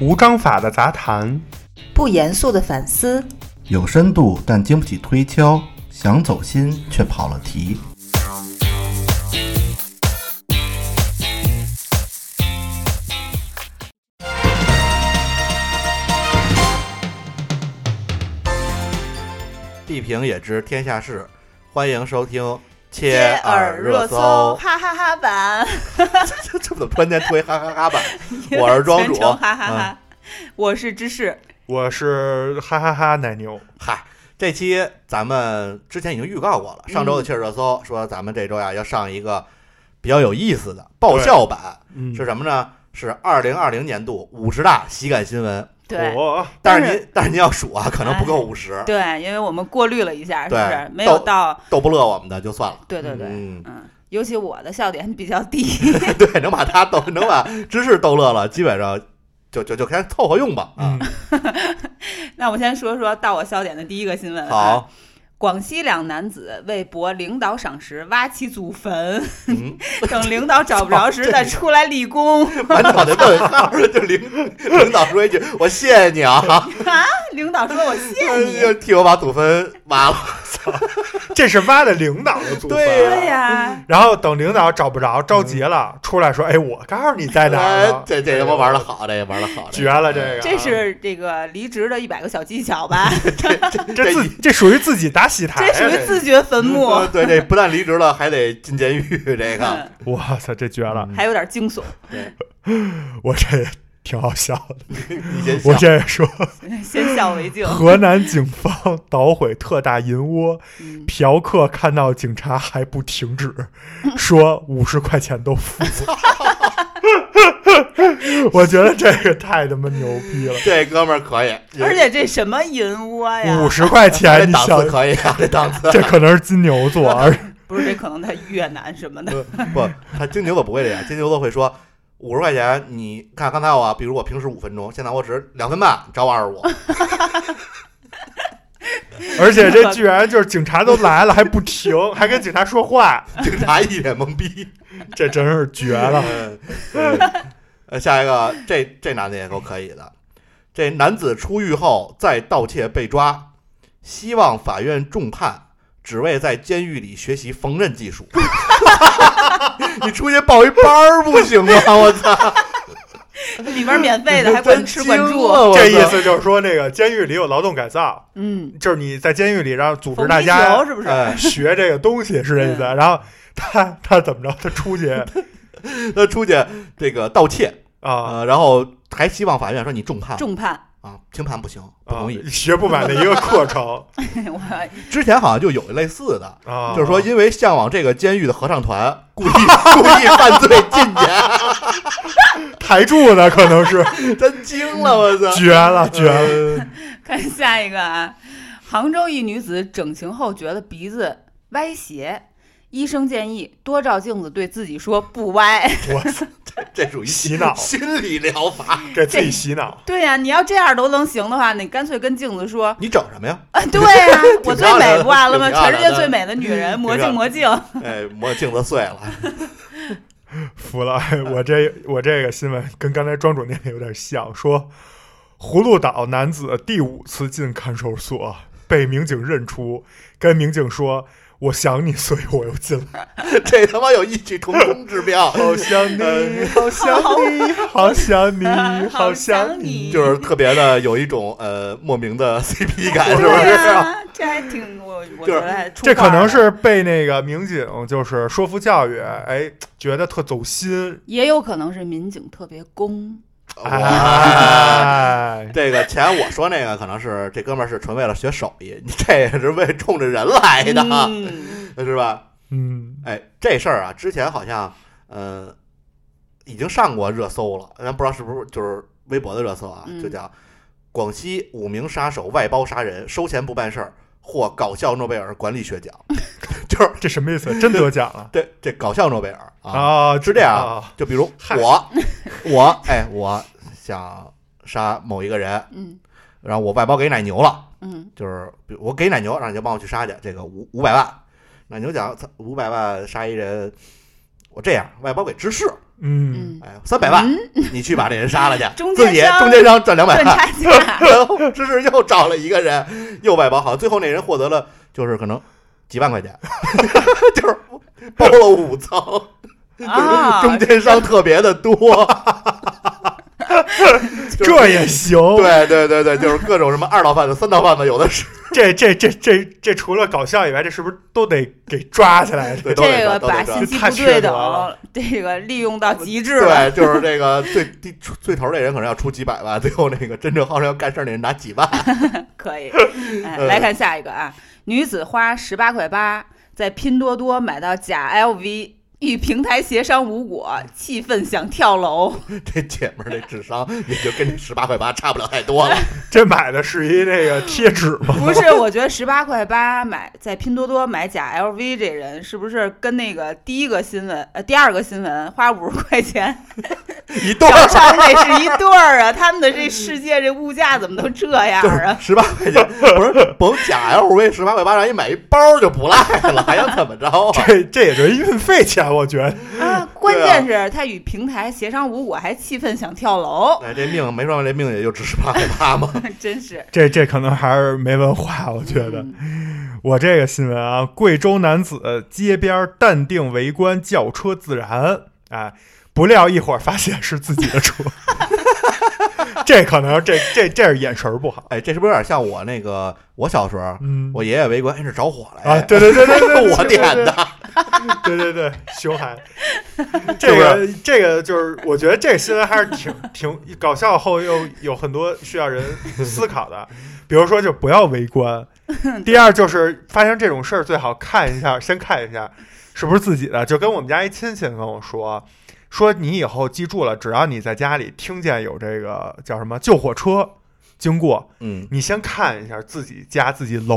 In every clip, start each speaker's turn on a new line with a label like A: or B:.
A: 无章法的杂谈，
B: 不严肃的反思，
C: 有深度但经不起推敲，想走心却跑了题。
D: 地平也知天下事，欢迎收听
B: 贴
D: 切耳热
B: 搜，哈哈哈版，
D: 这这怎么突然间推哈哈哈吧？我是庄主啊嗯
B: 全程哈哈哈。我是芝士，
A: 我是哈哈哈奶牛。
D: 嗨，这期咱们之前已经预告过了，上
A: 嗯
D: 周的切耳热搜说咱们这周呀要上一个比较有意思的爆笑版，
A: 嗯
D: 是什么呢？是二零二零年度五十大喜感新闻。
B: 对
A: 我啊
D: 但
B: 但
D: 是
B: 是
D: 您但是您要数啊，可能不
A: 哎
D: 够五十，
B: 对，因为我们过滤了一下，是不
D: 对
B: 是没有到？
D: 逗不乐我们的就算了。
B: 对对对，
D: 嗯，
B: 嗯，尤其我的笑点比较低，
D: 对，能把他逗，能把芝士逗乐了，基本上就就就该凑合用吧。啊
A: 嗯，，
B: 那我先说说到我笑点的第一个新
A: 嗯
B: 闻。啊，
D: 好，
B: 广西两男子为博领导赏识，挖起祖 坟，
D: 嗯。
B: 等领导找不着时再出来立功。
D: 满脑袋问号，就领领导说一句：“我谢谢你啊，
B: 领导说：“我谢你。
D: 就替我把祖坟挖了。
A: 这是挖的领导的祖坟。啊
D: 对”哎呀
B: 对 呀、
A: 然后等领导找不着，着急了，出来说：“哎，我告诉你在哪儿
D: 哎
A: 呢。”呃
D: 这这他妈玩的好，这玩的好，
A: 绝了，这个
B: 这是这个离职的一百个小技巧吧？
A: 啊这自这属于自己打喜台啊
B: 这
A: 呀，
B: 属于自掘坟墓，
D: 嗯对，这不但离职了，还得进监狱。这个
B: 嗯，
A: 我操，这绝了，
B: 还有点惊悚。
A: 我这挺好笑的。
D: 你先
A: 我
D: 想，
A: 这说，
B: 先笑为 敬。
A: 河南警方捣毁特大银窝，
B: 嗯，
A: 嫖客看到警察还不停 止，说五十块钱都付了。 我觉得这个太他妈牛逼了，
D: 这哥们儿可以，
B: 而且这什么银窝哎呀
A: 五？十块
D: 这
A: 钱，你
D: 档
A: 想
D: 次，可以啊，这 档次
A: 这可能是金牛 座，而
B: 不是，这可能在越南什么的。
D: 不，他金牛座不会这样，金牛座会说。五十块钱，你看刚才我啊，比如我平时五分钟，现在我只两分半，你找我二十五，
A: 而且这居然就是警察都来了还不停，还跟警察说话，
D: 警察一脸懵逼。
A: 这真是绝了。
D: 嗯嗯 呃，下一个，这这男的也够可以的。这男子出狱后再盗窃被抓，希望法院重判，只为在监狱里学习缝纫技术。 你出去报一班儿不行吗？我操，
B: 里边免费的，还管吃管
D: 真惊
B: 住。
D: 了我操
A: 这意思就是说，那个监狱里有劳动改造，
B: 嗯，
A: 就是你在监狱里让组织
B: 缝
A: 大
B: 皮
A: 家
B: 球是不是？
D: 哎，
A: 学这个东西是这意思。然后他他怎么着？他出 去
D: 他出去这个盗窃
A: 啊
D: 呃，然后还希望法院说你重判
B: 重判，
D: 啊，轻判不行，不
A: 啊
D: 同意。
A: 学不满的一个课 程
B: 我
D: 之前好像就有类似的，
A: 啊，
D: 就是说因为向往这个监狱的合唱团，故意故意犯罪进去。
A: 台柱呢可能 是
D: 真惊了，我操！
A: 绝了绝了。
B: 看下一个啊，杭州一女子整形后觉得鼻子歪斜，医生建议多照镜子，对自己说不歪。
A: 我
D: 哎这属于
A: 洗脑
D: 心理疗法。
A: 给自己洗脑，
B: 对呀、你要这样都能行的话，你干脆跟镜子说
D: 你整什么呀？
B: 啊，对 呀、我最
D: 漂亮
B: 美
D: 的
B: 不完了吗？
D: 挺漂
B: 全世界
D: 亮的
B: 最美的女人，魔镜
D: 挺漂亮
B: 魔镜，
D: 哎，磨镜子碎了。
A: 服了！哎我这我这个新闻跟刚才庄主那个有点像，说葫芦岛男子第五次进看守所被民警认出，跟民警说：“我想你，所以我又进来。
D: 这他妈有异曲同工之 妙”，
A: 好想你，哎好想你， 好想你，好想你。
D: 就是特别的有一种呃莫名的 CP 感，是不
B: 对啊呀、
D: 是？
B: 这还挺我我
D: 就
B: 觉
D: 是
B: 得还出
A: 这可
B: 块儿
A: 能
B: 了
A: 是被那个民警就是说服教育，哎，觉得特走心。
B: 也有可能是民警特别攻，
D: 哇！
A: 哎，
D: 这个前我说那个可能是这哥们儿是纯为了学手艺，你这也是为冲着人来的，
B: 嗯，
D: 是吧？
A: 嗯，
D: 哎，这事儿啊，之前好像呃已经上过热搜了，咱不知道是不是就是微博的热搜啊，
B: 嗯
D: 就叫广西五名杀手外包杀人，收钱不办事儿，获搞笑诺贝尔管理学奖。就是
A: 这什么意思？真得奖了
D: 这这搞笑诺贝尔啊，
A: 啊？
D: 是这样
A: 啊。
D: 就比如
A: 嗨
D: 我我哎我想杀某一个人，
B: 嗯
D: 然后我外包给奶牛了，
B: 嗯，
D: 就是比如我给奶牛，让你就帮我去杀去，这个五五百万，奶牛讲五百万杀一人，我这样外包给芝士，
A: 嗯，
B: 嗯，
D: 哎，三百万，
B: 嗯
D: 你去把这人杀了去，
B: 中
D: 自
B: 间
D: 己
B: 商
D: 中间商赚两百
B: 赚
D: 万，
B: 差价，
D: 然后这是又找了一个人，又外包好，最后那人获得了就是可能几万块钱， 就是包了五层，
B: 啊，
D: 中间商特别的多，就是
A: 这也行。
D: 对对对对，就是各种什么二道贩子、三道贩子，有的是，
A: 这这这这这除了搞笑以外，这是不是都得给抓起来？
D: 对，都得
B: 这个
D: 赚都得
B: 把
D: 赚
B: 信息
A: 太
B: 不
A: 缺
B: 对
A: 德了
B: 等，这个利用到极致了。
D: 对，就是这个最低最头那人可能要出几百万，最后那个真正号称要干事儿那人拿几万，
B: 可以，哎，
D: 嗯
B: 来看下一个啊，女子花十八块八在拼多多买到假 LV，与平台协商无果，气愤想跳楼。
D: 这姐们儿这智商也就跟这十八块八差不了太多了。
A: 这买的是一那个贴纸吗？
B: 不是，我觉得十八块八买在拼多多买假 LV 这人，是不是跟那个第一个新闻呃第二个新闻花五十块钱
D: 一
B: 找
D: 对儿
B: 上那是一对儿啊？他们的这世界这物价怎么都这样
D: 就是
B: 啊？
D: 十八块钱，不是甭假 LV 十八块八，让你买一包就不赖了， 还想怎么着啊？
A: 这这也就是运费钱，我觉得。
B: 啊，关键是他与平台协商无果，还气愤想跳楼，
D: 哎，这命没说这命也就值十八块八嘛。
B: 真是。
A: 这这可能还是没文化，我觉得。我这个新闻啊，贵州男子街边淡定围观轿车自燃，哎，不料一会儿发现是自己的车，这可能这这这是眼神儿不好，
D: 哎，这是不是有点像我那个我小时候，
A: 嗯，
D: 我爷爷围观，哎，这着火了
A: 啊，
D: 哎，
A: 对对对对对，
D: 我点的，
A: 对对对，熊孩，
D: 是
A: 这
D: 不
A: 个这个就是，我觉得这个新闻还是挺 挺搞笑后又有很多需要人思考的，比如说就不要围观，第二就是发生这种事儿最好看一下，先 看一下是不是自己的，就跟我们家一亲戚跟我说。说你以后记住了，只要你在家里听见有这个叫什么救火车经过，
D: 嗯，
A: 你先看一下自己家自己楼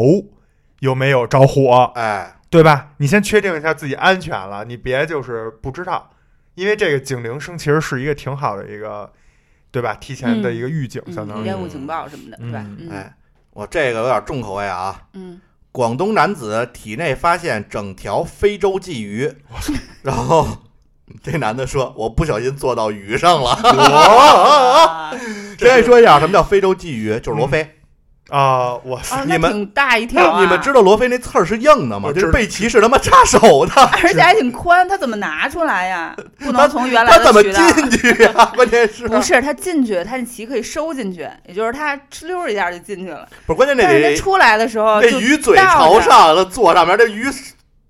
A: 有没有着火，
D: 哎，
A: 对吧？你先确定一下自己安全了，你别就是不知道，因为这个警铃声其实是一个挺好的一个，对吧？提前的一个预警，相当
B: 嗯，
A: 于、
B: 烟雾警报什么的，对吧？嗯
D: 哎，我这个有点重口味啊。
B: 嗯，
D: 广东男子体内发现整条非洲鲫 鱼，然后这男的说：“我不小心坐到鱼上了。”
B: 嗯
A: 哦
B: 啊，
D: 先说一下什么叫非洲鲫鱼，就是罗非。
A: 啊，我
B: 哦
D: 你
B: 那
D: 们
B: 挺大一条啊，
D: 你们知道罗非那刺儿是硬的吗？
A: 我知
D: 就是
A: 道
D: 背鳍是他妈插手的，
B: 而且还挺宽，它怎么拿出来呀？不能从原来
D: 他
B: 的
D: 怎么
B: 渠道。啊
D: 进去啊呀、 关键是
B: 不是，它进去，它那鳍可以收进去，也就是它哧溜一下就进去了。
D: 不是关键那
B: 但是它
D: 得
B: 出来的时候，
D: 那
B: 就
D: 鱼嘴朝上，它坐上面，这鱼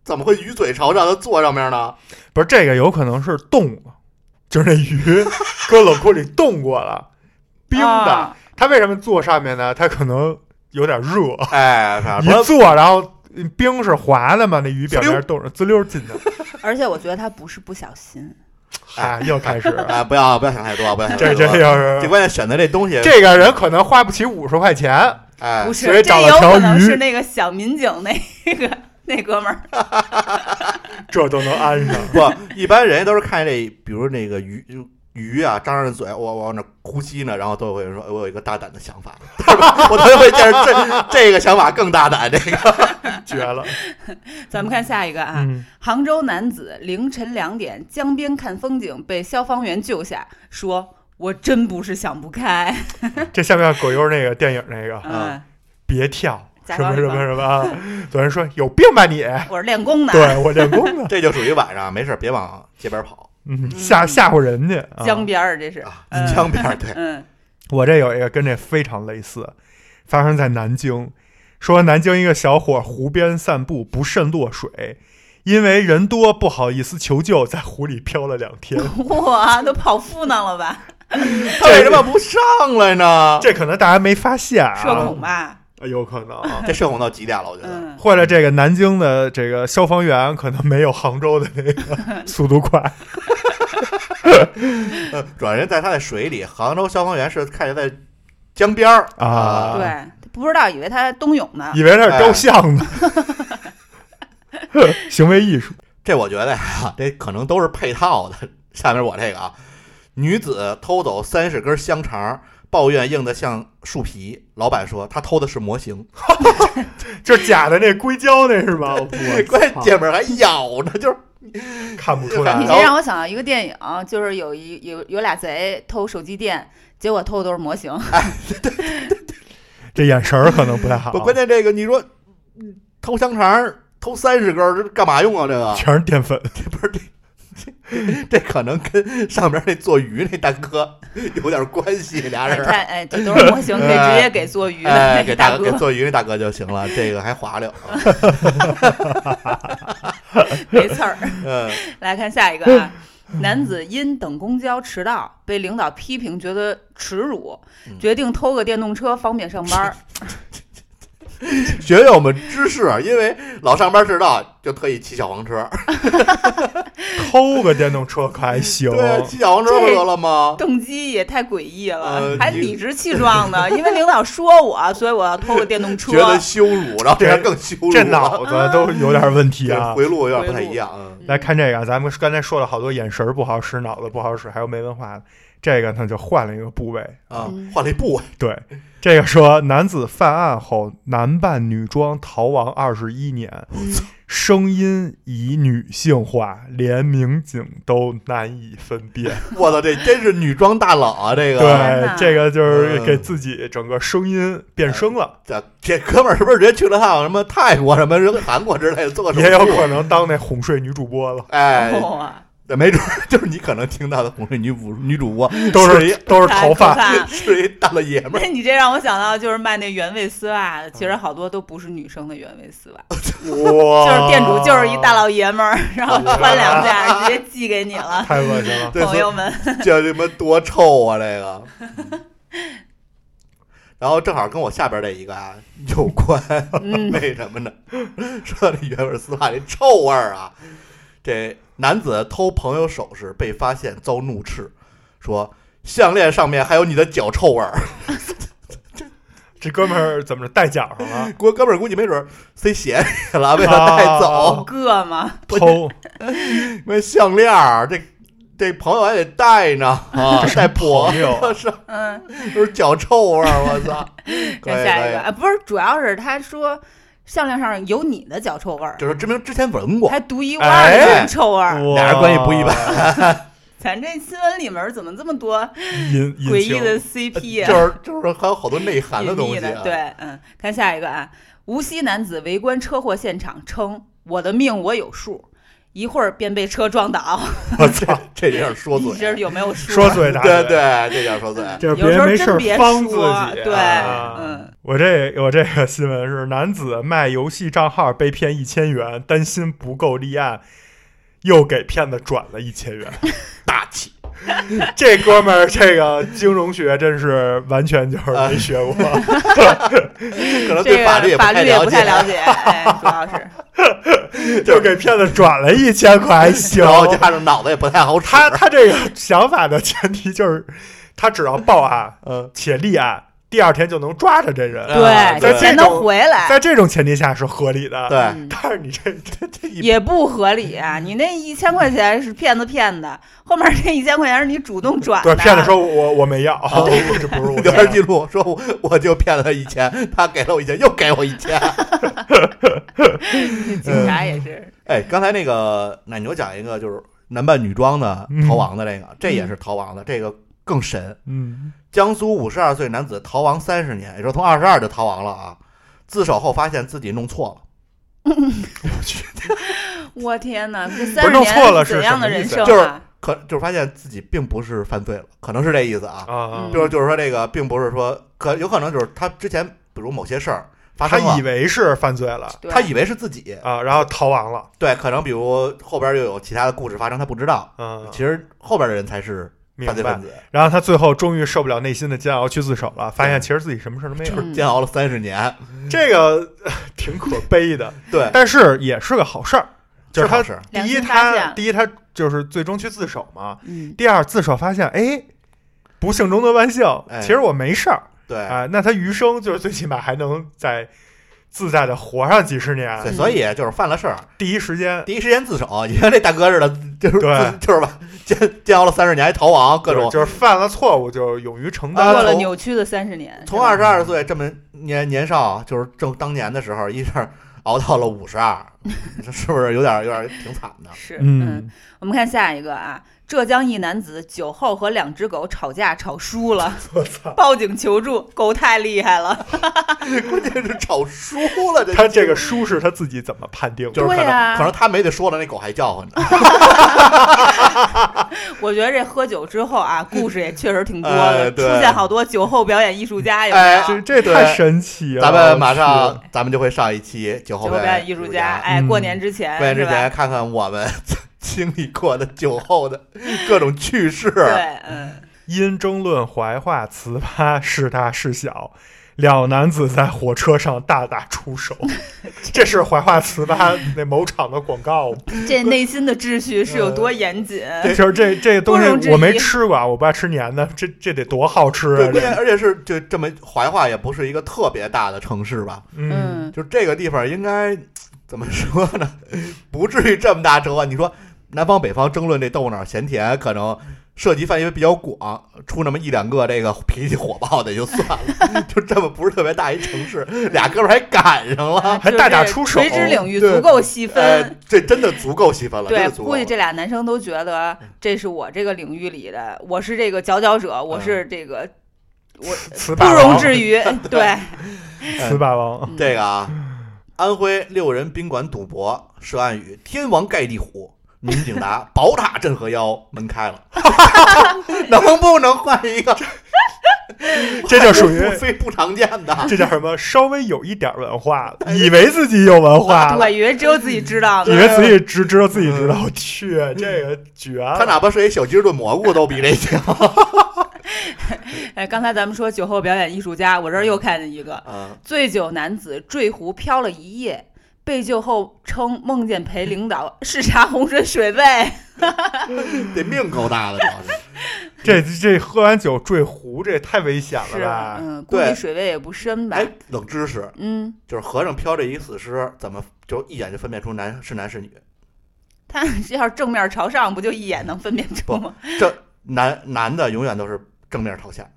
D: 怎么会鱼嘴朝上，它坐上面呢？
A: 不是这个，有可能是冻了，就是那鱼搁冷库里冻过了，冰的。
B: 啊
A: 它为什么坐上面呢？它可能有点热，
D: 哎，反正
A: 一坐然后。冰是滑的嘛？那鱼表
D: 滋溜
A: 面冻着，滋溜进去了。
B: 而且我觉得它不是不小心，
A: 哎，又开始，
D: 哎，不要不要想太多，不要想
A: 这
D: 太
A: 这
D: 多。
A: 要是
D: 这关键选择这东西，
A: 这个人可能花不起五十块钱，
D: 哎
B: 不，
A: 所
B: 是，
A: 以
B: 这
A: 找了
B: 有可
A: 条
B: 能是
A: 鱼
B: 那个小民警那个那哥们儿。
A: 这都能安 上。
D: 不，一般人都是看这，比如那个鱼。鱼啊，张着嘴，我我往那呼吸呢，然后都会有人说，哎我有一个大胆的想法， 我头一回见着这这个想法更大胆，这个
A: 绝了。
B: 咱们看下一个啊，
A: 嗯，
B: 杭州男子凌晨两点江边看风景，被消防员救下，说：“我真不是想不开。
A: 这下面葛优那个电影那个
B: 嗯
D: 啊，
A: 别跳
B: 假
A: 什么
B: 装
A: 什
B: 什么
A: 么什么啊，有人说有病吧 你？
B: 我是练功的，
A: 对我练功呢，
D: 这就属于晚上没事儿别往街边跑
A: 嗯，吓吓唬人家。啊
B: 江边儿这是，
D: 啊，
B: 嗯
D: 江边儿对，
B: 嗯，
A: 我这有一个跟这非常类似，发生在南京，说南京一个小伙湖边散步不慎落水，因为人多不好意思求救，在湖里漂了两 天。
B: 我都跑富囊了吧，
D: 他为什么不上来呢？
A: 这可能大家没发现
B: 社
A: 啊
B: 恐，吧，
A: 有可能啊。
D: 这社恐到极点了，我觉得。
B: 嗯，
A: 或者这个南京的这个消防员可能没有杭州的那个速度 快，
D: 啊呃，主要人在他在水里，杭州消防员是看见在江边儿
A: 啊
B: 对，
A: 啊
B: 他不知道以为他冬泳呢，
A: 以为他是照相 呢。行为艺术，
D: 这我觉得呀，这可能都是配套的。下面我这个啊，女子偷走三十根香肠，抱怨硬得像树皮。老板说她偷的是模型，
A: 就是假的那硅胶那是吧？我
D: 哎关键姐们儿还咬呢，就是
A: 看不出来
B: 你
D: 然
B: 这
D: 后
B: 让我想到一个电影，啊就是有一有有俩贼偷手机店，结果偷的都是模 型。
A: 这眼神儿可能不太好
D: 不，，关键这个你说嗯偷香肠儿偷三十根儿，这干嘛用啊？这个
A: 全是淀粉。
D: 这可能跟上边那做鱼那大哥有点关系，俩
B: 哎
D: 人
B: 看，哎，这都是模型，可以直接给做鱼
D: 哎
B: 的
D: 给
B: 大
D: 哥
B: 哥
D: 给。做鱼那大哥就行了，这个还划溜。
B: 没刺儿。
D: 嗯，
B: 来看下一个啊，男子因等公交迟到被领导批评，觉得耻辱，
D: 嗯
B: 决定偷个电动车方便上班儿。
D: 学学我们知识，啊因为老上班迟到，就特意骑小黄车。
A: 偷个电动车可还行，
D: 对，啊骑小黄车不得了吗？
B: 动机也太诡异了
D: 呃，
B: 还理直气壮的， 因为领导说我，所以我要偷个电动车
D: 觉。得羞辱，然后这人更羞辱了。
A: 这脑子都有点问题
D: 这
A: 啊。
D: 回路有点不太一样。嗯
A: 来看这个啊，咱们刚才说了好多眼神儿不好使、脑子不好使，还有没文化的。这个呢就换了一个部位。
D: 啊
B: 嗯，
D: 换了一部位，
A: 对，这个说男子犯案后男扮女装逃亡二十一年，
B: 嗯
A: 声音以女性化，连民警都难以分辨。
D: 我操，这真是女装大佬啊！这个，
B: 天
A: 对，
B: 哪
A: 这个就是
D: 嗯
A: 给自己整个声音变声了。
D: 这这哥们儿是不是直接去了趟什么泰国、什么韩国之类的，做个手术
A: 也有可能当那哄睡女主播 了，
D: 哎，
B: 哇
D: 那没准儿就是你可能听到的红睡女主女主播
A: 都
D: 是一
A: 是都是逃
B: 太可
A: 犯。
B: 怕了
D: 是一大老爷们儿，
B: 那 你这让我想到，就是卖那原味丝袜的，
D: 嗯
B: 其实好多都不是女生的原味丝袜， 就
D: 哦
A: 就是
B: 店主就是一大老爷们儿，然后穿两下直接寄给你了，
A: 太恶心了。
D: 对
B: 朋友们。
D: 这他妈多臭啊！这 个，然后正好跟我下边这一个啊有 关，
B: 嗯
D: 为什么呢？说这原味丝袜这臭味儿啊，这男子偷朋友首饰被发现遭怒斥，说项链上面还有你的脚臭味儿。
A: 这哥们儿怎么着带脚上了？
D: 我哥们儿估计没准儿塞鞋里了，为了带走，
B: 个嘛，
A: 偷
D: 那项链儿这。这朋友还得 戴呢啊，带脖
A: 朋友
D: 子上
B: 嗯，
D: 都是脚臭味儿，我 操！可
B: 看
D: 以
B: 下一个
D: 可
B: 啊，不是，主要是他说项链上有你的脚臭味儿
D: 以，，就是证哎明之前闻过，
B: 还独一无二的这种臭味儿。
A: 哇
D: 啊俩人关系不一般，
B: 咱这新闻里面怎么这么多
A: 隐
B: 诡
A: 隐
B: 异的
A: 情
B: CP
D: 呃就
B: 啊？
D: 是就是还有好多内涵
B: 隐
D: 东
B: 秘
D: 西
B: 的，
D: 啊。
B: 对，嗯，看下一个啊，无锡男子围观车祸现场，称我的命我有数。一会儿便被车撞倒，
A: 我操，
D: 这有点说
B: 你这
D: 嘴，
B: 有没有数？
A: 说嘴打
D: 对，对，这有点 说嘴。
A: 这
B: 有
A: 别
B: 时候
A: 没事
B: 真
A: 儿
B: 别
A: 帮自
B: 说，
A: 己。
B: 对，
A: 啊。
B: 嗯，
A: 我这我这个新闻是男子卖游戏账号被骗一千元，担心不够立案，又给骗子转了一千 元。
D: 大气。
A: 这哥们儿这个金融学真是完全就是没学过。
D: 哎可能
B: 这
D: 对
B: 个
D: 法律也不
B: 法
D: 太
B: 律也
D: 了
B: 不
D: 解啊
B: 太，了解，哎，主要 是，
A: 就给骗子转了一千块，还行
D: 然。后加上脑子也不太好使。
A: 他他这个想法的前提就是，他只要报案
D: 嗯，
A: 且立案，第二天就能抓着这人。
D: 啊
B: 对，
A: 在
B: 这钱
A: 这
B: 能
A: 种
B: 回来，
A: 在这种前提下是合理的。
D: 对，
B: 嗯
A: 但是你这这这一
B: 也不合理啊！你那一千块钱是骗子骗的，后面这一千块钱是你主动转的。
A: 对骗子说我我没要，
D: 哦
A: 这不是我
D: 聊
A: 要
D: 天记录说我我就骗了他一千，他给了我一千，又给我一千。
B: 警
A: 嗯
B: 察也是，
D: 哎，刚才那个奶牛讲一个就是男扮女装的
A: 嗯
D: 逃亡的这个，这也是逃亡的，这个更神。
A: 嗯，
D: 江苏五十二岁男子逃亡三十年，也说从二十二就逃亡了啊。自首后发现自己弄错了，
B: 我天哪，这
A: 不
B: 三
A: 是
B: 十
A: 弄错了
B: 年
A: 是
B: 怎样的
A: 什么意
B: 人
A: 思
B: 生
D: 就是
B: 啊？
D: 可就是发现自己并不是犯罪了，可能是这意思啊。
A: 啊
B: 嗯，
D: 就是就是说这个并不是说可有可能就是他之前比如某些事儿发生
A: 他以
D: 了，
A: 为是犯罪了
B: 对
D: 他以为是自己，
A: 啊，然后逃亡了，
D: 对，可能比如后边又有其他的故事发生，他不知道。
A: 嗯，
D: 其实后边的人才是
A: 明
D: 犯罪
A: 白
D: 分。子，
A: 然后他最后终于受不了内心的煎熬，去自首了，发现其实自己什么事儿都没有
D: 就。是煎熬了三十年。
A: 这个 呃挺可悲 的，
D: 对，
A: 但是也是个好事儿，就是嗯他
D: 好事儿
A: 第
B: 良
A: 一
B: 心发
A: 他
B: 现
A: 第一他就是最终去自首嘛，
B: 嗯，
A: 第二自首发现哎，不幸中的万幸，
D: 哎
A: 其实我没事儿
D: 对，
A: 啊，那他余生就是最起码还能再自在的活上几十
D: 对，
A: 年，
D: 所以就是犯了事儿，
A: 第一时间
D: 第一时间自首。你看这大哥似的，就是
A: 对
D: 自就是吧，煎煎熬了三十年还逃亡，各种
A: 就是就是犯了错误就勇于承
D: 啊
A: 担，
B: 过了
D: 从
B: 扭曲的三十年，
D: 从二十二岁这么年年少，就是正当年的时候，一下熬到了五十二， 这是不是有点有点挺惨 的？
B: 是，
A: 嗯，
B: 我们看下一个啊，浙江一男子酒后和两只狗吵架吵输了，
A: 我操，
B: 报警求助，狗太厉害了。
D: 关键是吵输了，
B: 嗯
D: 这
A: 他这个书是他自己怎么判定的？
D: 就是可能、
B: 对啊
D: 可能他没得说了，那狗还叫唤呢。
B: 我觉得这喝酒之后啊，故事也确实挺多
D: 哎
B: 的，出
D: 对
B: 现好多酒后表演艺术家有没
D: 哎
B: 有？
A: 这这太神奇了！
D: 咱们马
A: 是
D: 上咱们就会上一期酒后
B: 酒后表演艺术
D: 术
B: 家，
D: 家，
B: 哎，
A: 嗯
B: 过年之前，
D: 关键之
B: 是吧
D: 前看看我们 经历过的酒后的各种趣事。
B: 对，嗯，
A: 因争论怀化糍粑是大是小，两男子在火车上大打出 手。这是怀化糍粑那某厂的广告吗？
B: 这内心的秩序是有多严谨？
A: 就是这这东
B: 不容置
A: 西
B: 疑
A: 我没吃过啊，我不爱吃黏的，这这得多好吃
D: 对，
A: 啊！
D: 关
A: 这
D: 键而且是就这么怀化也不是一个特别大的城市吧，
A: 嗯，
B: 嗯，
D: 就这个地方应该怎么说呢？ 不至于这么大折啊！你说南方北方争论这豆脑咸甜，可能涉及范围比较广，出那么一两个这个脾气火爆的也就算了， 就这么不是特别大一城市，俩哥们儿还赶上了，
A: 还大打出手
B: 垂直领域
D: 对
B: 足够细
D: 呃
B: 分。，
D: 这真的足够细分了，真
B: 对，
D: 的足够
B: 估
D: 了
B: 计这俩男生都觉得这是我这个领域里的，我是这个佼佼者，我是这个我
A: 糍
B: 不
A: 粑
B: 容
A: 王，
B: 置疑。对，
A: 糍粑王，
B: 嗯
D: 这个啊，安徽六人宾馆赌博涉案与天王盖地虎。民警答：宝塔镇河妖，门开了，能不能换一个？
A: 这就属于
D: 不非不常见的。
A: 这叫什么？稍微有一点文化，
B: 哎
A: 以为自己有文化
B: 我
A: 了，
B: 以为只有自己知
D: 啊
B: 道
A: 以
B: 呢。
A: 为自己只知道自己知道。我去，这个绝
D: 嗯
A: 了！
D: 他哪怕是一小鸡儿炖蘑菇，都比这强。
B: 哎，刚才咱们说酒后表演艺术家，我这儿又看见一个
D: 啊，
B: 醉酒男子坠湖漂了一夜。被救后称梦见陪领导视察洪水水位，
D: 这命够大的，主要是。
A: 这这喝完酒坠湖，这也太危险了
B: 是
D: 啊
A: 吧？
B: 嗯，估计
D: 对
B: 水位也不深吧
D: 哎，，冷知识
B: 嗯，
D: 就是和尚飘着一死尸，怎么就一眼就分辨出男是男是女？
B: 他要是正面朝上，不就一眼能分辨出吗？
D: 这男男的永远都是正面朝下，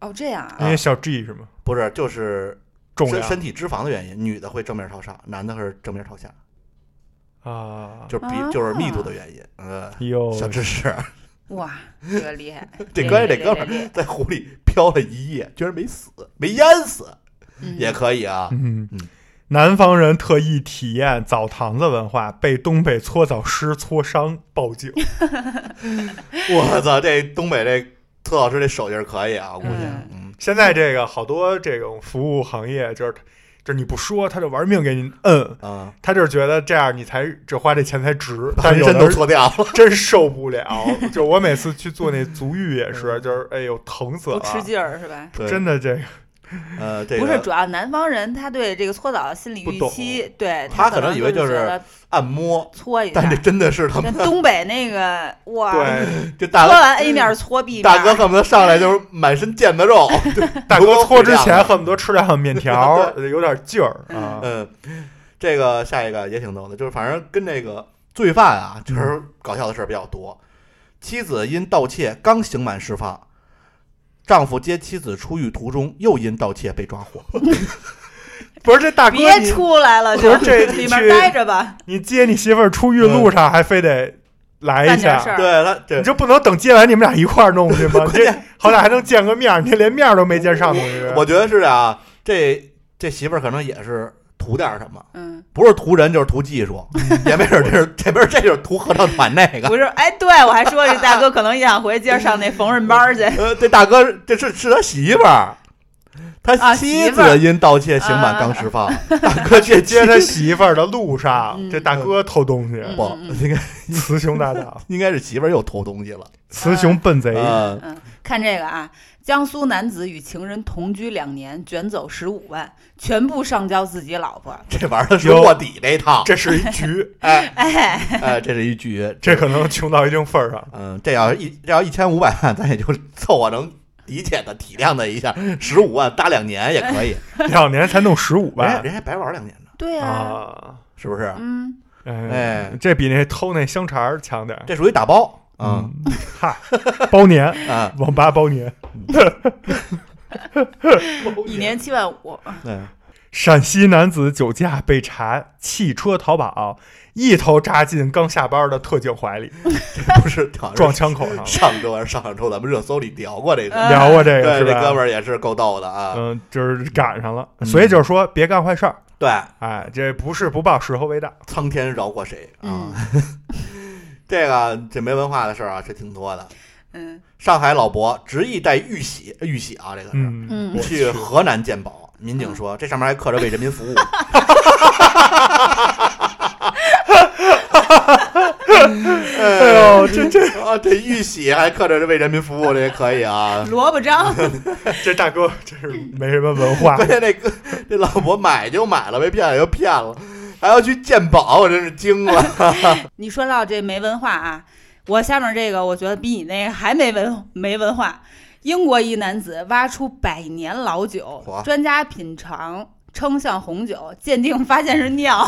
B: 哦，这样啊，
A: 因为小 G 是吗？
D: 不是就是
A: 重
D: 身
A: 量
D: 身体脂肪的原因，女的会正面朝上，男的是正面朝下，
A: 啊，哎
D: 就是比
B: 啊
D: 就是密度的原因。呃，
A: 哟，
D: 小知识，，
B: 哇，这个厉害
D: 这关键这哥们
B: 儿
D: 儿在湖里飘了一夜，居然没死，没淹死，也可以啊。
A: 嗯
D: 嗯，
A: 南方人特意体验澡堂子文化，被东北搓澡师搓伤报 警。嗯
D: 我操，这东北这特老师这手劲儿可以啊，我估计，嗯，
A: 现在这个好多这种服务行业，就是就是你不说，他就玩命给你摁，
D: 啊，
A: 他就是觉得这样你才只花这钱才 值。但
D: 浑
A: 是有
D: 身
A: 的
D: 都
A: 人
D: 搓掉了，
A: 真受不了，就我每次去做那足浴也是，就是哎呦疼死
B: 不
A: 了，
B: 吃劲儿是吧？
D: 嗯对
A: 真的 这个
D: 呃，这
B: 不是，
D: 个
B: 主要南方人他对这个搓澡的心理预期，对
D: 他可
B: 可
D: 能以为
B: 就
D: 就是
B: 觉得
D: 按摩，
B: 搓一
D: 但这
A: 啊
B: 下。
D: 真的是他
B: 但
D: 们
B: 东北那个哇，
A: 对
D: 这
B: 搓
D: 大哥
B: 完 A 面搓 B 面，
D: 大哥恨不得上来就是满身腱子肉，
A: 大哥搓之
D: 不一样
A: 前恨不得吃两面 条，有点劲儿啊。
D: 嗯，这个下一个也挺逗的，就是反正跟这个罪犯啊，
B: 嗯
D: 就是搞笑的事儿比较多。妻子因盗窃刚刑满释放，丈夫接妻子出狱途中又因盗窃被抓获。
A: 不是这大哥，
B: 别
A: 你
B: 出来了，就
A: 不是这
B: 里
A: 你
B: 面
A: 去
B: 待着吧。
A: 你接你媳妇儿出狱路上还非得来
B: 干
A: 一
B: 点
A: 下
B: 事，儿，
D: 对他
A: 你
D: 这
A: 就不能等接完你们俩一块儿弄去吗？
D: 关
A: 这
D: 键
A: 好歹还能见个面儿，你连面儿都没见上，同志。
D: 我觉得是啊，这这媳妇儿可能也是图点儿什么，
B: 嗯，
D: 不是图人就是图技术，也没准儿这是这边这就是图合唱团那个。
B: 不是，哎，嗯对我还说这大哥可能也想回接着上那缝纫班 儿去，
D: 呃，这大哥这是是他媳妇儿，
B: 啊
D: 他
B: 媳
D: 妻
B: 妇儿啊
D: 子因盗窃刑满刚 释放，大哥却
A: 接
D: 接他
A: 他媳妇儿的路上
B: 嗯，
A: 这大哥偷东西，
B: 嗯
D: 不应该
A: 雌雄大盗，
D: 应该是媳妇儿又偷东西了。
A: 雌雄笨贼。
D: 啊，
B: 嗯，看这个啊，江苏男子与情人同居两年，卷走十五万，全部上交自己老婆。
D: 这玩意儿是卧底这一套，
A: 这是一局，
D: 哎
B: 哎，
D: 哎，这是一局。
A: 这可能穷到一定份儿上。
D: 嗯，这要是一这要一千五百万，咱也就凑合能理解的、体谅的一下，十五万搭两年也可以，
A: 两年才弄十五
D: 人家
A: 万
D: 人家白玩两年呢，
B: 对啊，
A: 啊！
D: 是不是？
B: 嗯，
A: 哎
D: 哎，
A: 这比那偷那香肠儿强点儿。
D: 这属于打包啊
A: 嗯，嗨，包年，
D: 啊，
A: 网吧包年。
B: 一年七万五，
A: 啊
D: 对，
A: 陕西男子酒驾被查，汽车逃跑，一头扎进刚下班的特警怀里，
D: 啊这不是好像是
A: 撞枪口 上。
D: 上周还是上上周咱们热搜里聊过这个，
B: 嗯
A: 聊啊过这
D: 哎对
A: 个是
D: 这
A: 吧？
D: 哥们儿也嗯是够逗的啊，
A: 嗯，就是赶上了，所以就是说别干坏事儿，
D: 对，
A: 哎，这不是不报时候未到，
D: 苍天饶过谁啊
B: 嗯？
D: 这个这没文化的事儿啊，是挺多的。
B: 嗯
D: 上海老伯执意带玉玺，玉玺啊，这个是
A: 嗯
B: 嗯
A: 我
D: 去河南鉴宝。民警说，这上面还刻着为人民服务。
A: 哎呦，这这
D: 啊，这玉玺还刻着为人民服务，这也可以啊。
B: 嗯萝卜章，
A: 这大哥真是没什么文 化
D: 关，键那个这老伯买就买了，被骗了就骗了，还要去鉴宝，我真是惊了。
B: 你说到这没文化啊，我下面这个我觉得比你那个还没文没文化。英国一男子挖出百年老酒
D: 嚯，
B: 专家品尝称像红酒，鉴定发现是尿。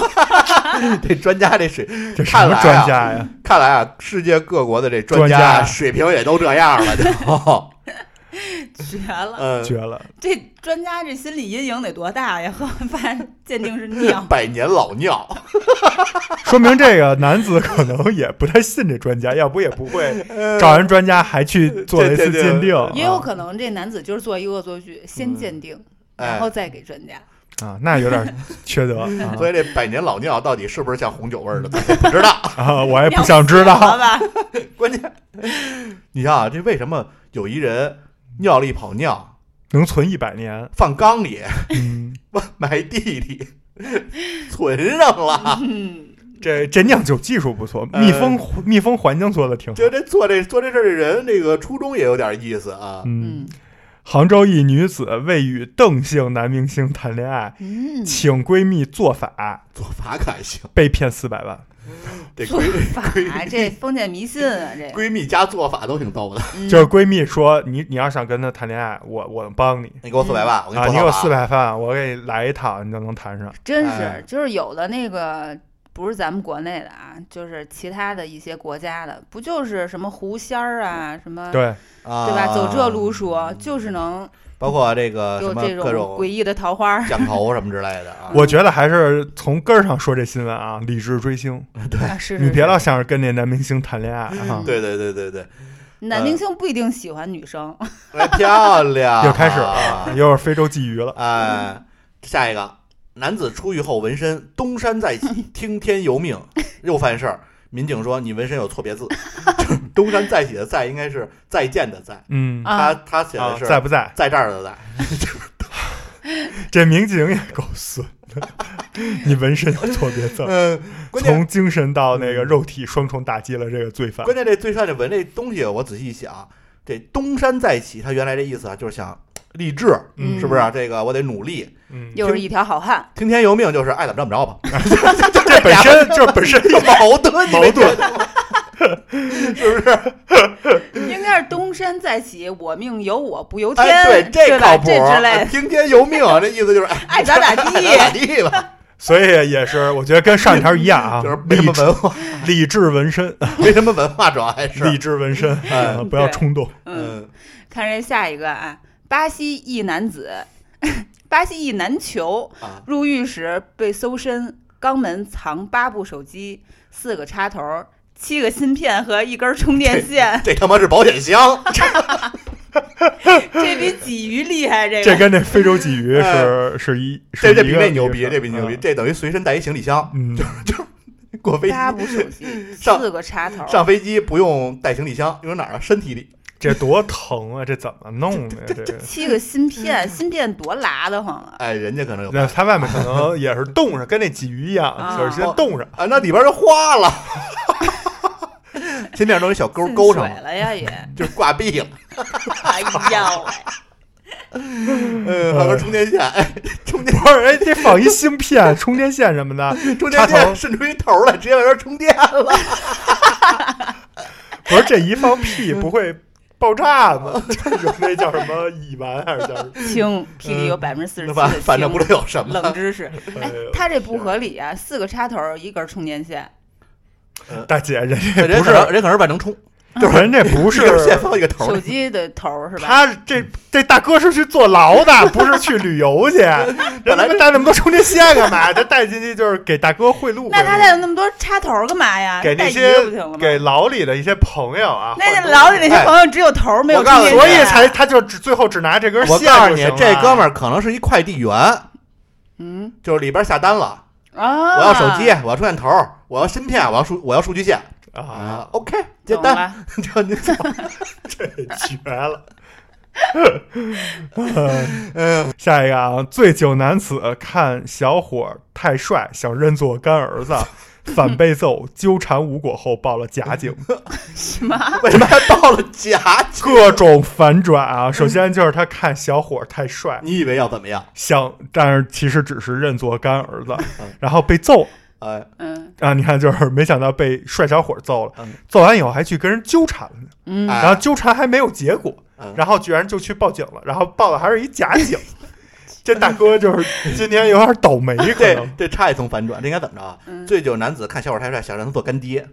D: 这专家这水，
A: 这什
D: 看来
A: 么
D: 啊
A: 专家呀？
D: 看来啊，世界各国的这专
A: 专家
D: 家
A: 呀
D: 水平也都这 样了，就。
B: 绝了！
D: 嗯，，
A: 绝了！
B: 这专家这心理阴影得多大呀？ 喝完饭鉴定是尿
D: 百年老尿，
A: 说明这个男子可能也不太信这专家，要不也不会找人专家还去做了一次鉴定
D: 呃对对对
B: 也有可能这男子就是做一恶作剧，先鉴定，
D: 哎
B: 然后再给专家。
A: 啊，那有点缺德 啊
D: 嗯所以这百年老尿到底是不是像红酒味儿的，咱也不 知道。
A: 啊！我也
B: 尿
A: 不想知
B: 死了
A: 道，
B: 吧？
D: 关键，你看啊，这为什么有一人尿了一泡尿
A: 能存一百年，
D: 放缸里，
A: 嗯，
D: 埋地里，存上 了？
B: 嗯，
A: 这这酿酒技术不错，
D: 呃
A: 密封密封环境做的挺好
D: 就，这做这做这事儿的人，这个初衷也有点意思啊。
A: 嗯。
B: 嗯
A: 杭州一女子为与邓姓男明星谈恋爱，
B: 嗯，
A: 请闺蜜做法，
D: 做法可还行，
A: 被骗四百万。
D: 这
B: 做
D: 闺
B: 法这封建迷信啊，这
D: 闺蜜加做法都挺逗的。
B: 嗯
A: 就是闺蜜说你你要想跟她谈恋爱，我我帮你
D: 你给我四百万，我给
A: 啊，
D: 做
A: 你
D: 法
A: 给我四百万，我给你来一套，你就能谈上。
B: 真
D: 哎
B: 是，就是有的那个不是咱们国内的啊，就是其他的一些国家的，不就是什么狐仙儿啊，什么
A: 对，
D: 啊，
B: 对吧？走这路数，就是能
D: 包括这个啊什
B: 有
D: 么
B: 这
D: 各种
B: 诡异的桃花儿
D: 降头什么之类的啊。
A: 我觉得还是从根儿上说这新闻啊，理智追星，
B: 啊！ 是
A: 你
B: 是
A: 别
B: 是，
A: 老想着跟那男明星谈恋爱啊
B: 嗯。
D: 对对对对对，
B: 男
D: 嗯
B: 明星不一定喜欢女生，
D: 哎，漂亮， 啊
A: 又开始啊
D: 了
A: 又是非洲鲫鱼了，
D: 哎，下一个，男子出狱后纹身，东山再起，听天由命，又犯事儿。民警说：“你纹身有错别字， 就是东山再起的再应该是再见的再，
A: 嗯，
B: 啊
D: 他他写
A: 啊
D: 的是
A: 在不在？
D: 在这儿 的在。
A: 这民警也够损的， 你纹身有错别字儿。
D: 嗯，关键
A: 从精神到那个肉体双重打击了这个罪犯
D: 关。键这罪犯这纹这东西，我仔细一想，这东山再起，他原来这意思啊，就是想励志，
B: 嗯
D: 是不是、啊？这个我得努力，
A: 嗯，
B: 又是一条好 汉。
D: 听天由命，就是爱怎么着怎么着吧。
A: 这本身就是本身
D: 有矛盾，你没
A: 矛盾
D: 觉得吗 是不是？
B: 应该是东山再起，我命由我不由天，
D: 哎，对，
B: 对吧
D: 靠谱
B: 这之 类，的，
D: 听天由命，这意思就是哎，
B: 爱咋咋
D: 咋
B: 地。
D: 地吧，
A: 所以也是，我觉得跟上一条一样 啊，
D: 就是没
A: 理
D: 什么文化，
A: 理智纹身，
D: 没什么文化，主要还 是
A: 理智纹身，
D: 哎
A: 啊不要冲动。
B: 嗯，
D: 嗯，
B: 看这下一个啊，巴西一男子， 巴西一男囚
D: 啊
B: 入狱时被搜身，肛门藏八部手机、四个插头、七个芯片和一根充电线，
D: 这他妈是保 险箱，
B: 这比鲫鱼厉害。这
A: 这
B: 个
A: 跟那非洲鲫鱼是是一，
D: 这
A: 是
D: 这
A: 一
D: 比
A: 个
D: 那牛逼，这比牛逼，
A: 嗯
D: 这等于随身带一行李箱，
A: 嗯，
D: 过飞机
B: 八部手机、
D: 上
B: 四个插头，
D: 上飞机不用带行李箱，用哪儿啊？身体里，
A: 这多疼啊！这怎么弄的呀？这个
B: 七个芯片，芯片多拉得慌啊！
D: 哎，人家可能有
A: 那它外面可能也是冻上，跟那鲫鱼一样，
B: 啊
A: 就是先冻上。
D: 啊，那里边就化了， 前面都有一小钩
B: 进
D: 勾上
B: 水
D: 了，
B: 了呀也，
D: 就是挂壁了，
B: 哎呀喂！
D: 嗯，还有根充电线，哎，充电
A: 不是，哎，得放一芯片、充电线什么的。
D: 充电
A: 插头
D: 线伸出一头来，直接往这儿充电了。
A: 不是这一放屁不会爆炸吗？ 有那叫什么乙烷还是叫什么？
B: 氢，p 雳有百分之四十
D: 嗯
B: 七
D: 那反
B: 的
D: 反正不
B: 氢
D: 知道有什么
B: 冷知 识。
A: 哎
B: 哎
A: 呦，
B: 它这不合理啊！四个插头，一根充电线，
A: 大姐，人家
D: 人
A: 不
D: 可
A: 是
D: 能人可能是万能充，就是
A: 人家不
D: 不
A: 是
D: 一根线放一个头
B: 手
D: 儿，
B: 机的头儿是吧？
A: 他这这大哥是去坐牢的，不是去旅游去。人他妈带那么多充电线干嘛？他带进去就是给大哥贿赂。
B: 那他带有那么多插头儿干嘛呀？
A: 给
B: 带
A: 那
B: 一个
A: 些
B: 不行了吗？
A: 给牢里的一些朋友啊，
B: 那那老李那些朋友只有头儿没有啊
D: 哎我告诉
B: 中间
D: 你
A: 所以才
B: 人
A: 他就只最后只拿这根线
D: 我
A: 就行
D: 告
A: 了。
D: 诉你，这哥们儿可能是一快递员，
B: 嗯
D: 就是里边下单了，
B: 啊，
D: 我要手机，我要充电头，我要芯片，我要数，我要数据线
A: 儿啊，
D: 啊。OK，接
B: 懂
D: 单，
B: 了。
D: 就你
A: 绝了。嗯，下一个啊，醉酒男子看小伙儿太帅，想认作干儿子，反被揍，纠缠无果后报了假 警。
B: 什么？
D: 为什么还报了假？
A: 各种反转啊！首先就是他看小伙儿太帅，
D: 你以为要怎么样？
A: 想，但是其实只是认作干儿子
D: 嗯，
A: 然后被揍
D: 哎，
B: 嗯
A: 啊！你看，就是没想到被帅小伙儿揍了
D: 嗯，
A: 揍完以后还去跟人纠缠了呢，
B: 嗯，
D: 哎
A: 然后纠缠还没有结果
D: 嗯，
A: 然后居然就去报警了，然后报的还是一假警。 这大哥就是今天有点倒 霉，可
D: 这
A: 能
D: 这差一层反转，这应该怎么着啊？
B: 嗯
D: 醉酒男子看小伙太帅，想让他做干爹，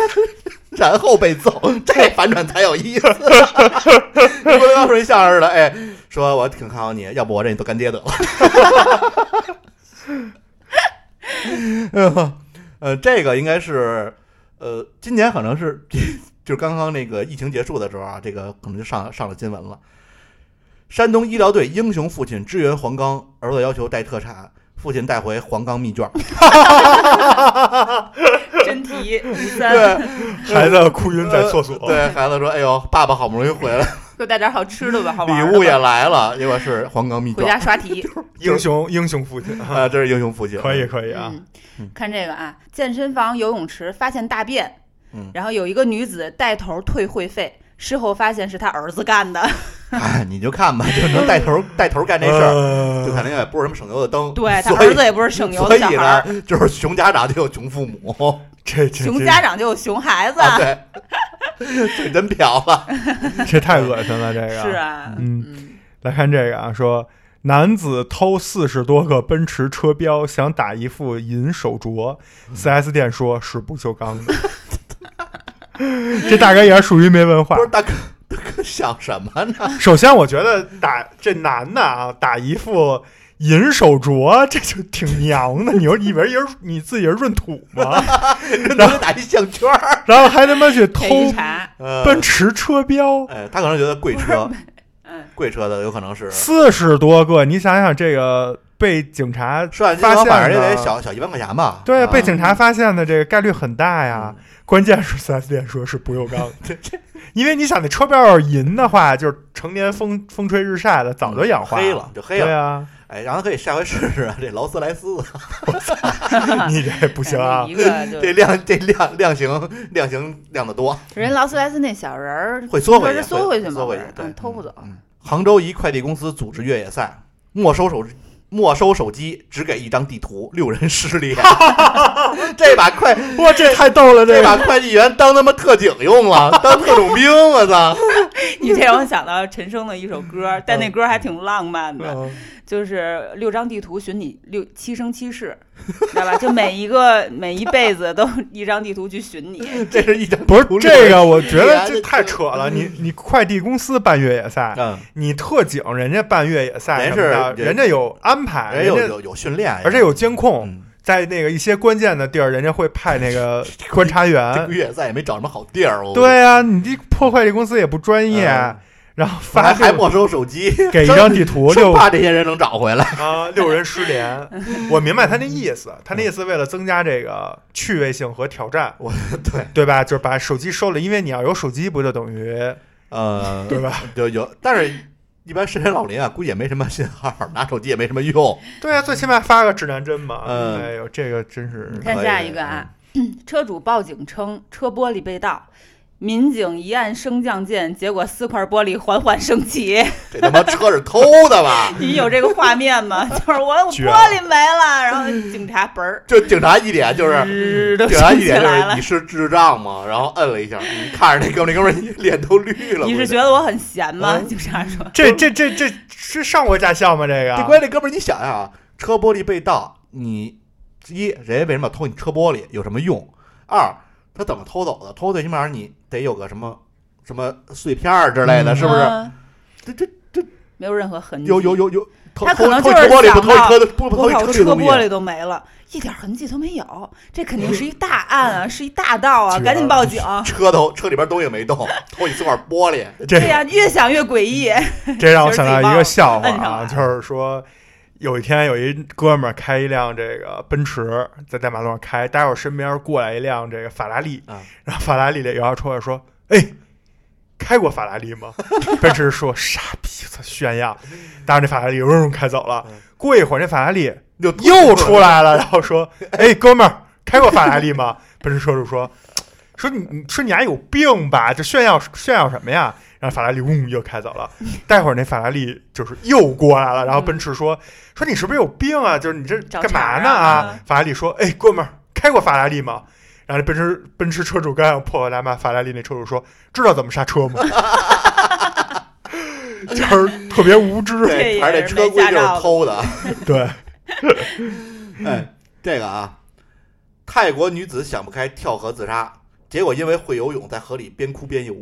D: 然后被揍，这反转才有意思。郭德纲说一相声似的，哎，说我挺看好你，要不我认你做干爹得了。嗯 呃，这个应该是，呃，今年可能是 就是刚刚那个疫情结束的时候啊，这个可能就上上了新闻了。山东医疗队英雄父亲支援黄冈，儿子要求带特产，父亲带回黄冈密卷。
B: 真题第三，
D: 对，
A: 孩子哭晕在厕所。
D: 对孩子说：“哎呦，爸爸好不容易回来，
B: 给我带点好吃的吧，好玩儿
D: 礼
B: 的
D: 物
B: 吧
D: 也来了，结果是黄冈蜜
B: 回家
D: 卷
B: 刷 题。
A: 英雄英雄父亲
D: 啊，这是英雄父亲，
A: 嗯可以可以啊，
D: 嗯
B: 嗯，看这个啊，健身房游泳池发现大便，
D: 嗯
B: 然后有一个女子带头退会费，事后发现是她儿子干 的，
D: 哎，你就看吧，就能带
A: 嗯
D: 头带头干这事儿，
A: 儿
D: 就肯定也不是什么省油的灯，
B: 对她
D: 所以
B: 儿子也不是省油
D: 所
B: 的
D: 以
B: 小孩儿，
D: 呢，就是穷家长就有穷父母
A: 这这
B: 熊
A: 这
B: 家长就有熊孩子，
D: 啊，对， 这真啊飘了，
A: 这太恶心了，这个
B: 是啊，
A: 嗯
B: 嗯，
A: 来看这个啊，说男子偷四十多个奔驰车标，想打一副银手镯。4S 店说是不锈钢 的， 这大概也是属于没文化
D: 不。是大哥。”大哥想什么 呢？
A: 首先，我觉得打这男的啊，打一副银手镯，这就挺娘的。你说以为人你自己是闰土 吗？
D: 人能打一项圈儿，
A: 然后还他妈 去偷
B: 可以查，
D: 呃
A: 奔驰车标，
D: 哎，他可能觉得贵车，
B: 嗯，
D: 贵车的有 可能是
A: 四十多个，你想想这个被警察
D: 涉案金
A: 发
D: 额
A: 现
D: 反正也
A: 的
D: 得小小一万块钱吧？
A: 对，
D: 啊
A: 被警察发现的这个概率很大呀。
D: 嗯
A: 关键是四 S 店说是不锈钢，
D: 这这
A: 因为你想，那车标要是银的话，就是成年风风吹日晒的，早就氧化
D: 嗯黑。了，就黑了
A: 对。啊，
D: 哎，然后可以下回试试啊，这劳斯莱斯，
A: 你这不
B: 不
A: 行啊！
B: 一个就
D: 这量这量量刑量刑量的多，
B: 人劳斯莱斯那小 人儿
D: 会缩回
B: 是
D: 去，
B: 缩回去吗？
D: 缩回去
B: 不是，
D: 对，
B: 嗯偷不走，
D: 嗯。杭州一快递公司组织越野赛，没收手没收手机，只给一张地图，六人失联。 这把快
A: 哇，这太逗了，
D: 这
A: 个
D: 把快递员当他妈特警用了，当特种兵，我操！
B: 你这让我想到陈升的一首歌，但那歌还挺浪漫的，
A: 嗯
B: 就是六张地图寻你六七生七世，知道吧？就每一个每一辈子都一张地图去寻你。
D: 这是 一张
A: 不是这
D: 个，
A: 个，我觉得
D: 这
A: 这太扯了。你你快递公司办越野赛，
D: 嗯，
A: 你特警人家办越野赛
D: 人
A: 什么的，
D: 是
A: 人家有安排，
D: 人
A: 人
D: 哎有
A: 家
D: 有有训练，
A: 而且有监控，
D: 嗯。
A: 在那个一些关键的地儿，人家会派那个观察
D: 这
A: 员
D: 个。越野赛也没找什么好地儿，我
A: 对啊，你这破快递公司也不专业，
D: 嗯
A: 然后发
D: 还还
A: 这
D: 没收手机，
A: 给一张地图
D: 生
A: 六
D: 怕这些人能找回来。
A: 啊六人失联。我明白他那意思，他那意思为了增加这个趣味性和挑战，
D: 嗯我对，
A: 对吧？就是把手机收了，因为你要有手机，不就等于
D: 呃，
A: 对吧？
D: 有有，但是一般深山老林啊，估计也没什么信号，拿手机也没什么用。
A: 对啊，最起码发个指南针嘛。
D: 嗯
A: 哎呦，这个真是
B: 看下一个啊，
A: 嗯
B: 车主报警称车玻璃被盗，民警一按升降键，结果四块玻璃缓缓升起。？
D: 这他妈车是偷的吧
B: 你有这个画面吗？ 就是我我玻
A: 绝了
B: 璃没了，然后警察嘣儿
D: 就警察一脸 就是。
B: 是嗯都
D: 警察
B: 升
D: 一
B: 起
D: 脸就
B: 来
D: 是
B: 了
D: 你。是智障吗？然后摁了一下，你看着那哥们儿，那哥们儿脸都绿了。
B: 你
D: 我
B: 是
D: 觉
B: 觉得我很闲吗？
D: 嗯
B: 警察说。
A: 这这这这是上过驾校吗？这个
D: 得这关键这哥们儿，你想想啊，车玻璃被盗，你一人家为什么要偷你车玻璃有什么用？二他怎么偷走的？偷最起码你得有个什么什么碎片儿之类的，
A: 嗯
D: 是不是？
B: 嗯
D: 这这
B: 没有任何痕迹？
D: 有有有有，偷
B: 他
D: 偷
B: 可能
D: 偷
B: 就是
D: 车玻璃不
B: 想
D: 偷一
B: 到
D: 车的，不不
B: 我
D: 偷一
B: 靠，
D: 车里
B: 车
D: 东西
B: 玻璃都没了，一点痕迹都没有，这肯定是一大案啊，是一大盗啊，赶紧报警！
D: 车都车里边东西没动，偷一碎块玻璃。
A: 这
B: 对呀，越想越诡 异。
A: 这让我想到一个笑话
B: 其实自己忘
A: 啊，
B: 了
A: 就是说，有一天有一哥们儿开一辆这个奔驰，在大马路上开，待会儿身边过来一辆这个法拉利，
D: 啊
A: 然后法拉利的摇摇车说：“哎，开过法拉利吗？” 奔驰说：“傻逼，他炫耀。”当然这法拉利嗡嗡开走了
D: 嗯。
A: 过一会儿，这法拉利
D: 就
A: 又出来了，然后说：“哎，哥们儿，开过法拉利吗？” 奔驰车主说：“说你，你说你还有病吧？就炫耀炫耀什么呀？”然后法拉利嗡又开走了。待会儿那法拉利就是又过来了，然后奔驰说：“说你是不是有病啊？就是你这
B: 找
A: 干嘛呢
B: 茬儿啊
A: 法拉利说：“哎，哥们儿，开过法拉利吗？”然后那奔驰奔驰车主刚要破口大骂，法拉利那车主说：“知道怎么刹车吗？” 就是特别无知，
D: 对，
B: 这
D: 还是
B: 也
D: 这
B: 是
D: 车
B: 没
D: 规
B: 驾
D: 就
B: 照的
D: 是
B: 嗯
D: 偷的。
A: 对，
D: 哎，这个啊，泰国女子想不开跳河自杀，结果因为会游泳，在河里边哭边游。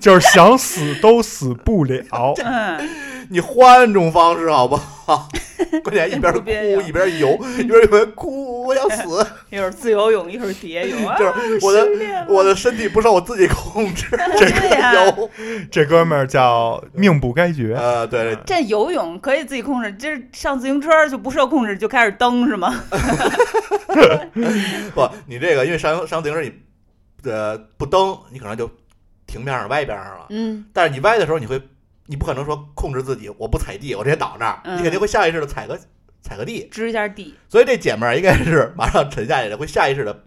A: 就是想死都死不 了。
B: 嗯，
D: 你换种方式好不好？ 关键一边 哭
B: 边游
D: 一边游，一边有人哭，我 想死，
B: 一会儿自由泳，一会儿蝶泳，啊
D: 就是我的
B: 失恋了
D: 我的身体不受我自己控制，这
B: 啊对呀
D: 个
A: 这哥们儿叫命不该
D: 游，
A: 绝， 啊
D: 呃，对，
B: 这游泳可以自己控制，这上自行车就不受控制，就开始蹬是吗？
D: 不，你这个因为上上自行车你呃不蹬，你可能就停面上歪边上了，
B: 嗯，
D: 但是你歪的时候，你会你不可能说控制自己，我不踩地，我直接倒那儿，
B: 嗯
D: 你肯定会下意识的踩个踩个地，
B: 支一下地，
D: 所以这姐们儿应该是 马上沉下去了，会下意识的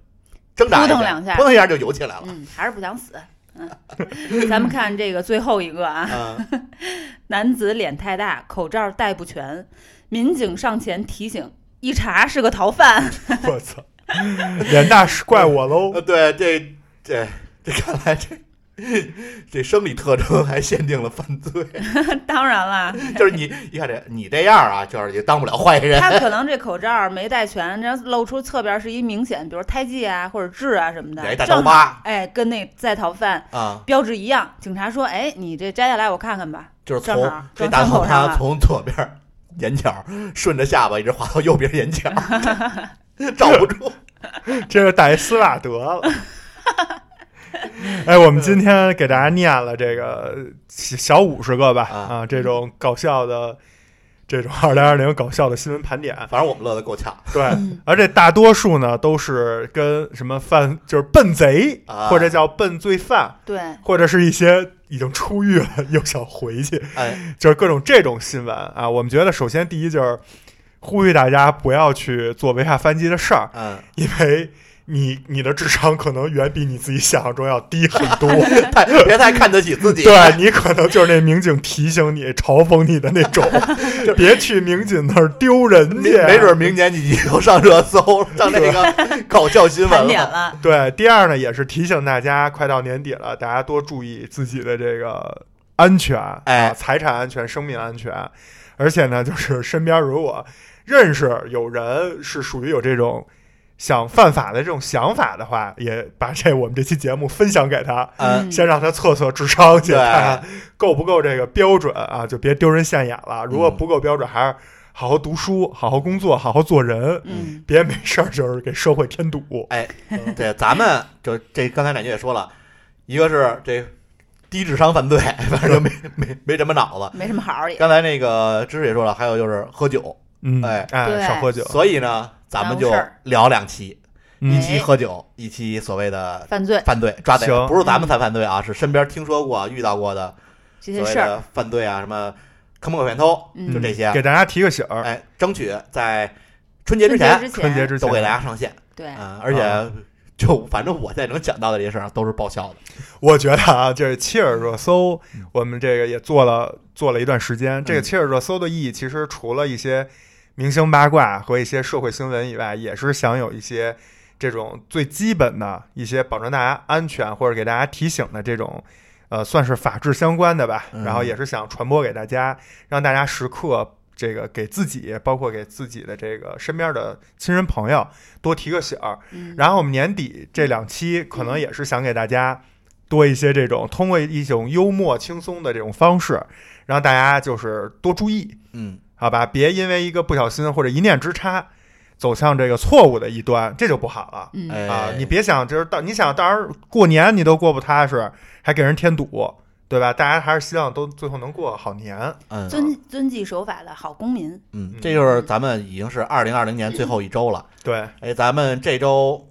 D: 挣扎一
B: 扑腾两下
D: 扑腾一下就游起来了，
B: 嗯，还是不想死。嗯， 咱们看这个最后一个啊，
D: 嗯，
B: 男子脸太大，口罩戴不全，民警上前提醒，一查是个逃犯。
A: 我操，脸大是怪我喽
D: 呃，。对，这这这看来这。这生理特征还限定了犯罪，
B: 当然啦，
D: 就是你一看这你这样啊，就是也当不了坏人。
B: 他可能这口罩没戴全，然后露出侧边是一明显，比如胎记啊或者痣啊什么
D: 来
B: 的，
D: 大刀
B: 正
D: 疤
B: 好哎，跟那在逃犯
D: 啊，
B: 标志一样。警察说：“哎，你这摘下来我看看吧。
D: 就是
B: 正
D: 从
B: 好
D: 这
B: 撞
D: 大
B: 伤
D: 头
B: 口上
D: 他
B: 了
D: 从左边眼角顺着下巴一直滑到右边眼角， 罩不住。
A: 这是戴斯瓦德了。哎，我们今天给大家念了这个小五十个吧，
D: 啊
A: 啊，这种搞笑的，这种二零二零搞笑的新闻盘点，
D: 反正我们乐得够呛
A: 对
B: 嗯，
A: 而这大多数呢都是跟什么犯，就是笨贼，
D: 啊
A: 或者叫笨罪犯，”
B: 对，
A: 或者是一些已经出狱了又想回去，
D: 哎，
A: 就是各种这种新闻啊。我们觉得，首先第一就是呼吁大家不要去做违法犯纪的事儿，
D: 嗯，
A: 因为你你的智商可能远比你自己想象中要低很 多。
D: 太别太看得起自己。
A: 对你可能就是那民警提醒你、嘲讽你的那 种，别去民警那儿丢人
D: 没
A: 去。
D: 没准明年你就上热搜，上那个 搞笑新
B: 盘
D: 闻
B: 点
D: 了。
B: 了，
A: 对，第二呢，也是提醒大家，快到年底了，大家多注意自己的这个安全，
D: 哎
A: 啊，财产安全、生命安全。而且呢，就是身边如果认识有人是属于有这种想犯法的这种想法的话，也把这我们这期节目分享给他，
D: 嗯，
A: 先让他测测智商去，
D: 对
A: 看看够不够这个标准啊，就别丢人现眼了。如果
D: 嗯
A: 不够标准，还是好好读书、好好工作、好好做人，
B: 嗯，
A: 别没事儿就是给社会添堵。
D: 对，咱们就这刚才奶牛也说了，一个是这低智商犯罪，反正就没没没什么脑子。
B: 没什么好儿也。
D: 刚才那个知识也说了，还有就是喝酒，
A: 嗯，
D: 哎
B: 对
A: 少喝酒，
D: 所以呢，咱们就
B: 耽误事儿
D: 聊两期，
A: 嗯
D: 一期
B: 哎
D: 喝酒，一期所谓的
B: 犯罪
D: 犯罪抓贼，
A: 行
D: 不是咱们才犯罪啊，是身边听说过、遇到过的
B: 这
D: 所
B: 些
D: 谓
B: 事儿，
D: 的犯罪啊，什么坑蒙拐骗偷，
B: 嗯
D: 就这些啊
A: 给。大家提个醒儿，
D: 哎，争取在春节之
B: 春
D: 前
B: 节之哎
A: 春节之前
D: 都给大家上线
B: 对，
D: 啊，而且
A: 啊。
D: 就反正我现在能想到的这些事儿都是爆笑的，
A: 我觉得啊，这七耳热搜，我们这个也做了做了一段时间。这个七耳热搜的意义，其实除了一些明星八卦和一些社会新闻以外，也是想有一些这种最基本的一些保证大家安全或者给大家提醒的这种。呃，算是法治相关的吧，
D: 嗯
A: 然后也是想传播给大家，让大家时刻这个给自己，包括给自己的这个身边的亲人朋友多提个醒儿。
B: 嗯
D: 哎
A: 然后我们年底这两期可能也是想给大家多一些这种通过一种幽默轻松的这种方式，让大家就是多注意，
D: 嗯，
A: 好吧？别因为一个不小心或者一念之差，走向这个错误的一端，这就不好了。
B: 嗯
D: 哎，
A: 啊，你别想就是到你想到时候过年你都过不踏实，还给人添堵，对吧？大家还是希望都最后能过好年。
D: 嗯
B: 遵遵纪守法的好公民，
D: 嗯，这就是咱们已经是二零二零年最后一周了。
A: 对，
D: 哎，咱们这周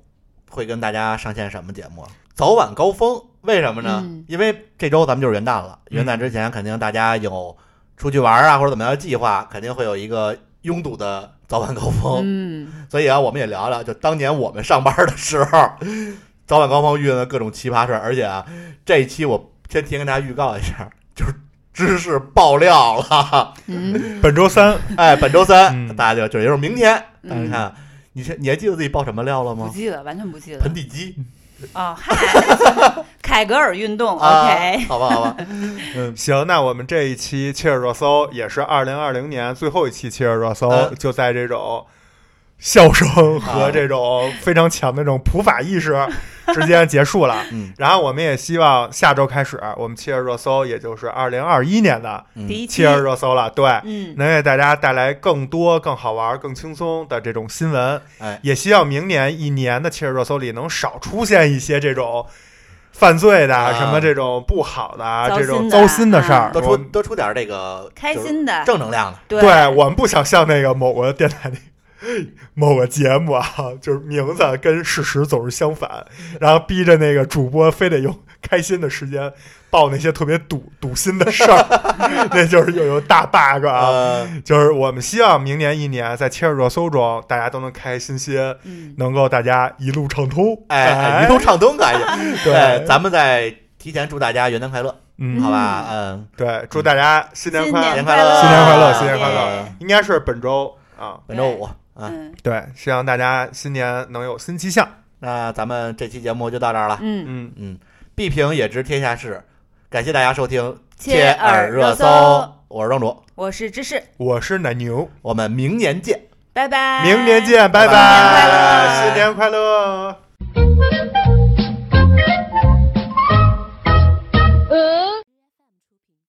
D: 会跟大家上线什么节目？啊早晚高峰，为什么呢？
B: 嗯
D: 因为这周咱们就是元旦了，
A: 嗯
D: 元旦之前肯定大家有出去玩啊或者怎么样的计划，肯定会有一个拥堵的早晚高峰。
B: 嗯，
D: 所以啊，我们也聊聊，就当年我们上班的时候，早晚高峰遇到的各种奇葩事儿。而且啊，这一期我先提前跟大家预告一下，就是知识爆料了。
B: 嗯
A: 本周三
D: 哎，本周三、
A: 嗯
D: 大家就就也就是明天，大家
B: 嗯
D: 看，你是你还记得自己爆什么料了
B: 不
D: 吗？
B: 记得，完全不记得
D: 盆底肌。
B: 哦，嗨， 凯格尔运动
D: 啊
B: 哦，OK，
D: 好吧，好吧，
A: 行，那我们这一期切尔热搜也是二零二零年最后一期切尔热搜，
D: 嗯
A: 就在这种笑声
D: 啊
A: 和这种非常强的这种普法意识之间结束 了。
D: 嗯
A: 然后我们也希望下周开始，我们切尔热搜也就是二零二一年的
B: 第一期
A: 切，尔热搜了，对。
B: 嗯，
A: 能给大家带来更多、更好玩、更轻松的这种新闻，
D: 哎，
A: 也希望明年一年的切尔热搜里能少出现一些这种犯罪的、
D: 啊
A: 什么这种不好的、
B: 糟
A: 这种嗯
B: 心的
A: 糟心的事儿
B: 啊。
D: 多
A: 我
D: 出多出点这个
B: 开
D: 就是
B: 心的，
D: 正能量的，
B: 对
A: 对我们不想像那个某个电台里某个节目啊， 就是名字跟事实总是相反，然后逼着那个主播非得用开心的时间报那些特别堵堵心的事儿，那就是又有大 bug 啊。
D: 呃，
A: 就是我们希望明年一年在切尔热搜中，大家都能开开心心，
B: 嗯，
A: 能够大家一路畅通。
D: 哎哎，一
A: 哎
D: 通 畅通感觉。哎
A: 对，
D: 咱们再提前祝大家元旦快乐，
A: 嗯，
D: 好吧？嗯，
A: 对，祝大家新年快
B: 新
A: 乐
B: 年，
D: 快
B: 乐
A: 新年快乐新年快
D: 乐
B: 耶
A: 应该是本周啊，
D: 本周五啊，
B: 嗯
A: 哎对，希望大家新年能有新气象。
D: 那咱们这期节目就到这儿了。
B: 嗯，
A: 嗯，
D: 嗯，必评也知天下事，感谢大家收听
B: 切
D: 尔
B: 耳
D: 热
B: 热
D: 搜
B: 搜，
D: 我是庄主，
B: 我是芝士，
A: 我是奶牛。
D: 我们明年见。
B: 拜拜，
A: 哎明年见，拜
D: 拜拜
A: 新年快乐！